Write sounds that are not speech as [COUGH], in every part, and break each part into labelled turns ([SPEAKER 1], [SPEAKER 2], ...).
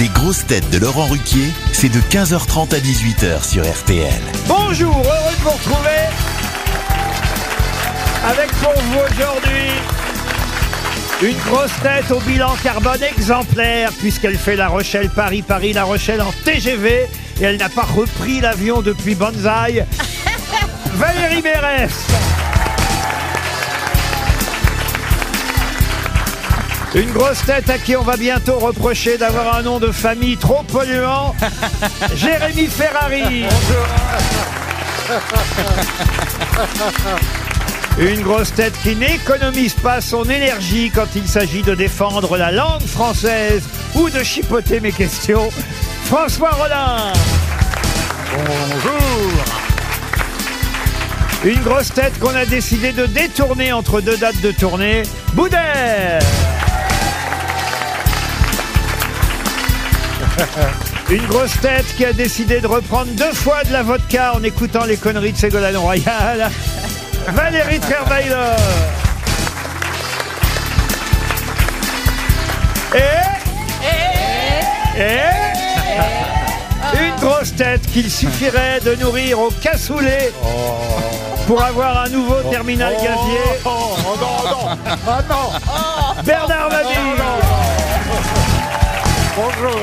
[SPEAKER 1] Les grosses têtes de Laurent Ruquier, c'est de 15h30 à 18h sur RTL.
[SPEAKER 2] Bonjour, heureux de vous retrouver avec pour vous aujourd'hui une grosse tête au bilan carbone exemplaire puisqu'elle fait La Rochelle, Paris, Paris, La Rochelle en TGV et elle n'a pas repris l'avion depuis Banzai. Valérie Mérès Une grosse tête à qui on va bientôt reprocher d'avoir un nom de famille trop polluant, Jérémy Ferrari. Une grosse tête qui n'économise pas son énergie quand il s'agit de défendre la langue française ou de chipoter mes questions, François Rollin. Bonjour. Une grosse tête qu'on a décidé de détourner entre deux dates de tournée, Boudère. [LAUGHS] Une grosse tête qui a décidé de reprendre deux fois de la vodka en écoutant les conneries de Ségolène Royal. Valérie Trierweiler. Et... Et... Une grosse tête qu'il suffirait de nourrir au cassoulet pour avoir un nouveau terminal gazier.
[SPEAKER 3] Oh, Ah,
[SPEAKER 2] Bernard Mabille.
[SPEAKER 3] Bonjour.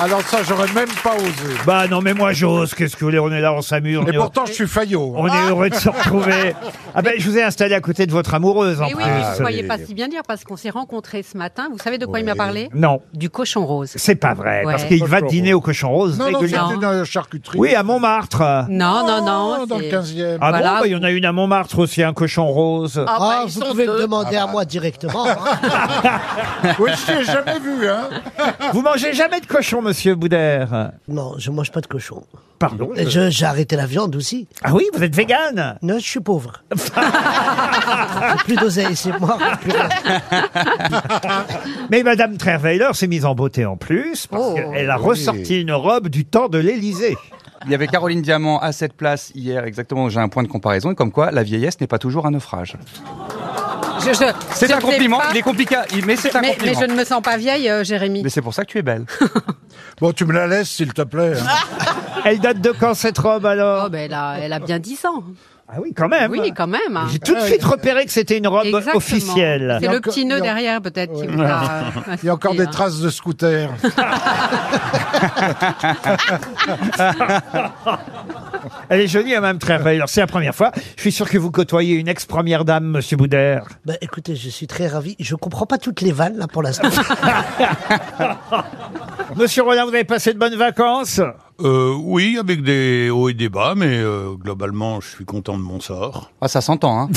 [SPEAKER 3] Alors ça, j'aurais même pas osé.
[SPEAKER 2] Bah non, mais moi j'ose, qu'est-ce que vous voulez, on est là, on s'amuse. on
[SPEAKER 3] Et
[SPEAKER 2] est-
[SPEAKER 3] pourtant, je suis faillot.
[SPEAKER 2] On est heureux de se
[SPEAKER 3] [LAUGHS]
[SPEAKER 2] retrouver. Ah ben, je vous ai installé à côté de votre amoureuse en
[SPEAKER 4] Et oui,
[SPEAKER 2] plus.
[SPEAKER 4] mais vous ne croyez pas si bien dire parce qu'on s'est rencontrés ce matin. Vous savez de quoi il m'a parlé
[SPEAKER 2] Non,
[SPEAKER 4] Du cochon rose.
[SPEAKER 2] c'est pas vrai,
[SPEAKER 4] Ouais.
[SPEAKER 2] parce qu'il va
[SPEAKER 3] Cochon
[SPEAKER 2] dîner au cochon rose
[SPEAKER 3] Non, non, c'était
[SPEAKER 2] régulièrement.
[SPEAKER 4] non.
[SPEAKER 3] dans la charcuterie.
[SPEAKER 2] Oui, à Montmartre. Ah
[SPEAKER 4] Non, non, non.
[SPEAKER 3] Oh, Dans le
[SPEAKER 4] c'est-
[SPEAKER 3] 15e.
[SPEAKER 2] bon,
[SPEAKER 4] Voilà.
[SPEAKER 2] bah, il y en a une à Montmartre aussi, un cochon rose.
[SPEAKER 4] Ah, bah,
[SPEAKER 5] Ah, bah.
[SPEAKER 4] ils
[SPEAKER 5] vous
[SPEAKER 4] sont
[SPEAKER 5] pouvez
[SPEAKER 4] deux.
[SPEAKER 5] me demander à moi [LAUGHS] directement. hein.
[SPEAKER 3] Oui, je t'ai jamais vu, hein.
[SPEAKER 2] Vous mangez jamais de cochon, monsieur Boudère
[SPEAKER 5] non, je mange pas de cochon.
[SPEAKER 2] Pardon
[SPEAKER 5] Et je- J'ai arrêté la viande aussi.
[SPEAKER 2] Ah oui, vous êtes végane
[SPEAKER 5] Non, je suis [LAUGHS] pauvre. J'ai plus d'oseille, c'est moi.
[SPEAKER 2] Mais Madame Trerweiler s'est mise en beauté en plus, parce
[SPEAKER 4] Oh.
[SPEAKER 2] qu'elle a ressorti une robe du temps de l'Élysée.
[SPEAKER 6] Il y avait Caroline Diamant à cette place hier, exactement. J'ai un point de comparaison. Et comme quoi, la vieillesse n'est pas toujours un naufrage.
[SPEAKER 4] Je- je-
[SPEAKER 6] C'est
[SPEAKER 4] je
[SPEAKER 6] un
[SPEAKER 4] ne sais
[SPEAKER 6] compliment.
[SPEAKER 4] pas,
[SPEAKER 6] Il est compliqué, il- mais c'est un
[SPEAKER 4] mais, mais
[SPEAKER 6] compliment.
[SPEAKER 4] je ne me sens pas vieille, euh, Jérémy.
[SPEAKER 6] Mais c'est pour ça que tu es belle.
[SPEAKER 3] Bon, tu me la laisses, s'il te plaît.
[SPEAKER 2] [LAUGHS]
[SPEAKER 3] hein.
[SPEAKER 2] Elle date de quand cette robe alors
[SPEAKER 4] Oh, ben elle, a, elle a bien 10 ans.
[SPEAKER 2] Ah oui, quand même
[SPEAKER 4] Oui, quand même. hein.
[SPEAKER 2] J'ai tout de suite repéré que c'était une robe
[SPEAKER 4] Exactement.
[SPEAKER 2] officielle.
[SPEAKER 4] C'est
[SPEAKER 3] Il y a
[SPEAKER 4] le
[SPEAKER 3] encore-
[SPEAKER 4] petit nœud
[SPEAKER 3] il y a-
[SPEAKER 4] derrière, peut-être. qui vous a, euh,
[SPEAKER 3] [LAUGHS] Il y a encore
[SPEAKER 4] incité,
[SPEAKER 3] des
[SPEAKER 4] hein.
[SPEAKER 3] traces de scooter.
[SPEAKER 2] Elle est jolie, hein, Mme Trerveil. Alors, c'est la première fois. Je suis sûr que vous côtoyez une ex-première dame, Monsieur Boudère.
[SPEAKER 5] Bah, écoutez, je suis très ravi. Je comprends pas toutes les vannes là pour l'instant.
[SPEAKER 2] Monsieur Roland, vous avez passé de bonnes vacances
[SPEAKER 7] Euh, oui, avec des hauts et des bas, mais euh, globalement, je suis content de mon sort.
[SPEAKER 6] Ah, ça s'entend, hein.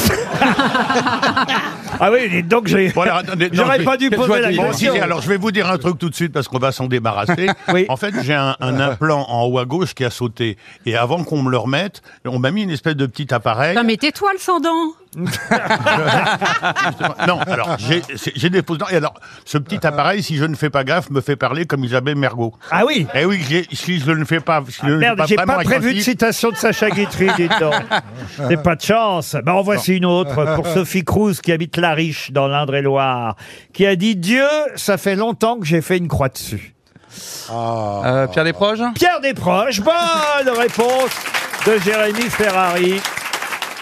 [SPEAKER 2] Ah oui, dites donc j'ai...
[SPEAKER 7] Bon, alors, attendez, non,
[SPEAKER 2] [LAUGHS] J'aurais
[SPEAKER 7] je vais-
[SPEAKER 2] pas dû
[SPEAKER 7] Quelle
[SPEAKER 2] poser
[SPEAKER 7] joie
[SPEAKER 2] la
[SPEAKER 7] de- Bon,
[SPEAKER 2] question.
[SPEAKER 7] si, alors, je vais vous dire un truc tout de suite parce qu'on va s'en débarrasser.
[SPEAKER 2] [LAUGHS] Oui.
[SPEAKER 7] En fait, j'ai un, un implant en haut à gauche qui a sauté. Et avant qu'on me le remette, on m'a mis une espèce de petit appareil.
[SPEAKER 4] Non, mais tais-toi, le sans-dents.
[SPEAKER 7] Non, alors, j'ai c'est- j'ai des fausses dents. Et alors, ce petit appareil, si je ne fais pas gaffe, me fait parler comme Isabelle Mergot.
[SPEAKER 2] Ah oui
[SPEAKER 7] Eh oui, j'ai- si je ne fais pas, si je ne suis
[SPEAKER 2] Ah, Merde, j'ai
[SPEAKER 7] vraiment
[SPEAKER 2] pas prévu de
[SPEAKER 7] attentif-
[SPEAKER 2] citation de Sacha
[SPEAKER 7] [LAUGHS]
[SPEAKER 2] Guitry, dites donc. C'est pas de chance. Ben, en voici une autre pour Sophie Cruz, qui habite La Riche, dans l'Indre-et-Loire, qui a dit « Dieu, ça fait longtemps que j'ai fait une croix dessus
[SPEAKER 6] Euh, Pierre Desproges ».
[SPEAKER 2] Pierre Desproges, bonne réponse de Jérémy Ferrari.